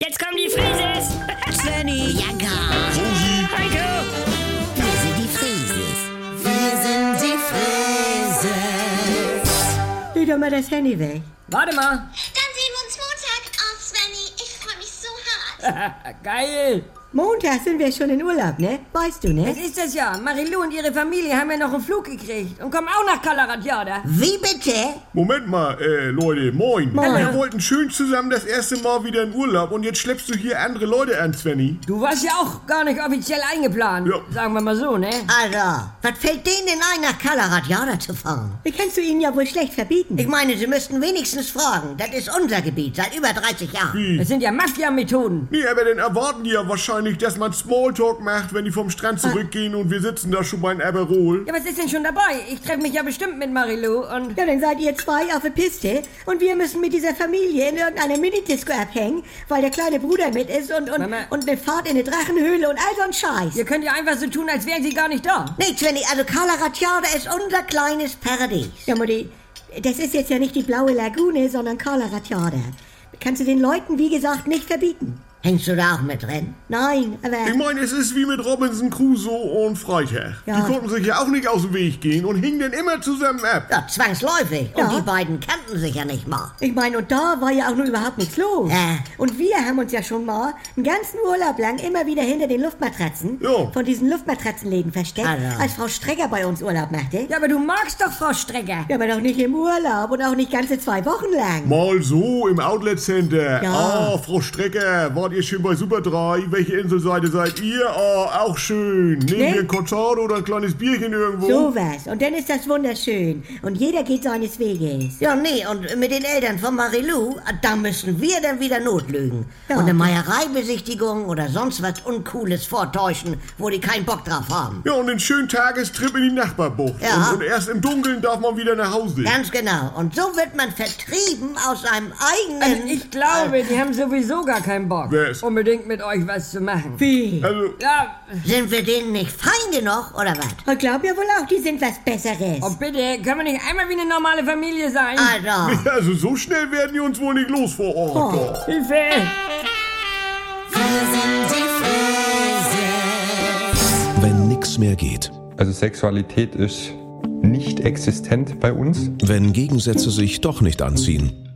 Jetzt kommen die Frises! Svenny, Ja, gar. Heiko! Wir sind die Frieses. Wir sind die Frieses. leg doch mal das Handy weg. Warte mal! Dann sehen wir uns Montag. Oh, Svenny, ich freue mich so hart. Geil! Montag sind wir schon in Urlaub, ne? Weißt du, Das ne? ist es ja. Marilou und ihre Familie haben ja noch einen Flug gekriegt und kommen auch nach Kalaratjada. Wie bitte? Moment mal, äh, Leute, moin. Moin. Wir wollten schön zusammen das erste Mal wieder in Urlaub und jetzt schleppst du hier andere Leute an, Svenny. Du warst ja auch gar nicht offiziell eingeplant. Ja. Sagen wir mal so, ne? Alter, Also, was fällt denen denn ein, nach Kalaratjada zu fahren? Das kannst du ihnen ja wohl schlecht verbieten. Ich meine, sie müssten wenigstens fragen. Das ist unser Gebiet seit über 30 Jahren. Wie? Das sind ja Mafia-Methoden. Nee, aber dann erwarten die ja wahrscheinlich, dass man Smalltalk macht, wenn die vom Strand Ah. zurückgehen und wir sitzen da schon bei einem Aperol. Ja, was ist denn schon dabei? Ich treffe mich ja bestimmt mit Marilou und... Ja, dann seid ihr zwei auf der Piste und wir müssen mit dieser Familie in irgendeiner Minidisco abhängen, weil der kleine Bruder mit ist und, und, Mama. und eine Fahrt in eine Drachenhöhle und all so ein Scheiß. Ihr könnt ja einfach so tun, als wären sie gar nicht da. Nee, Svenny, also Kalaratjada ist unser kleines Paradies. Ja, Mutti, das ist jetzt ja nicht die blaue Lagune, sondern Kalaratjada. Kannst du den Leuten, wie gesagt, nicht verbieten. Hängst du da auch mit drin? Nein, aber... Ich meine, es ist wie mit Robinson Crusoe und Freitag. Ja. Die konnten sich ja auch nicht aus dem Weg gehen und hingen dann immer zusammen ab. Ja, zwangsläufig. Und Ja. die beiden kannten sich ja nicht mal. Ich meine, und da war ja auch nur überhaupt nichts los. Ja. Und wir haben uns ja schon mal einen ganzen Urlaub lang immer wieder hinter den Luftmatratzen Ja. von diesen Luftmatratzenläden versteckt, Hallo. als Frau Strecker bei uns Urlaub machte. Ja, aber du magst doch Frau Strecker. Ja, aber doch nicht im Urlaub und auch nicht ganze zwei Wochen lang. Mal so im Outlet Center. Ja. Ah, Frau Strecker, wart ihr schön bei Super 3? Welche Inselseite seid ihr? Ah, auch schön. Nehmen Nee. wir ein Cortado oder ein kleines Bierchen irgendwo? So was. Und dann ist das wunderschön. Und jeder geht seines Weges. Ja, nee, und mit den Eltern von Marilou, da müssen wir dann wieder notlügen. Ja. Und eine Meiereibesichtigung oder sonst was Uncooles vortäuschen, wo die keinen Bock drauf haben. Ja, und einen schönen Tagestrip in die Nachbarbucht. Ja. Und, und erst im Dunkeln darf man wieder nach Hause. Ganz genau. Und so wird man vertrieben aus seinem eigenen... Also ich glaube, die haben sowieso gar keinen Bock, Was? unbedingt mit euch was zu machen. Wie? Also, Ja, Sind wir denen nicht fein genug, oder was? Ich glaube ja wohl auch, die sind was Besseres. und bitte, können wir nicht einmal wie eine normale Familie sein? Also, also so schnell werden die uns wohl nicht los vor Ort. Oh. Hilfe! Wenn nix mehr geht. Also Sexualität ist nicht existent bei uns. Wenn Gegensätze sich doch nicht anziehen.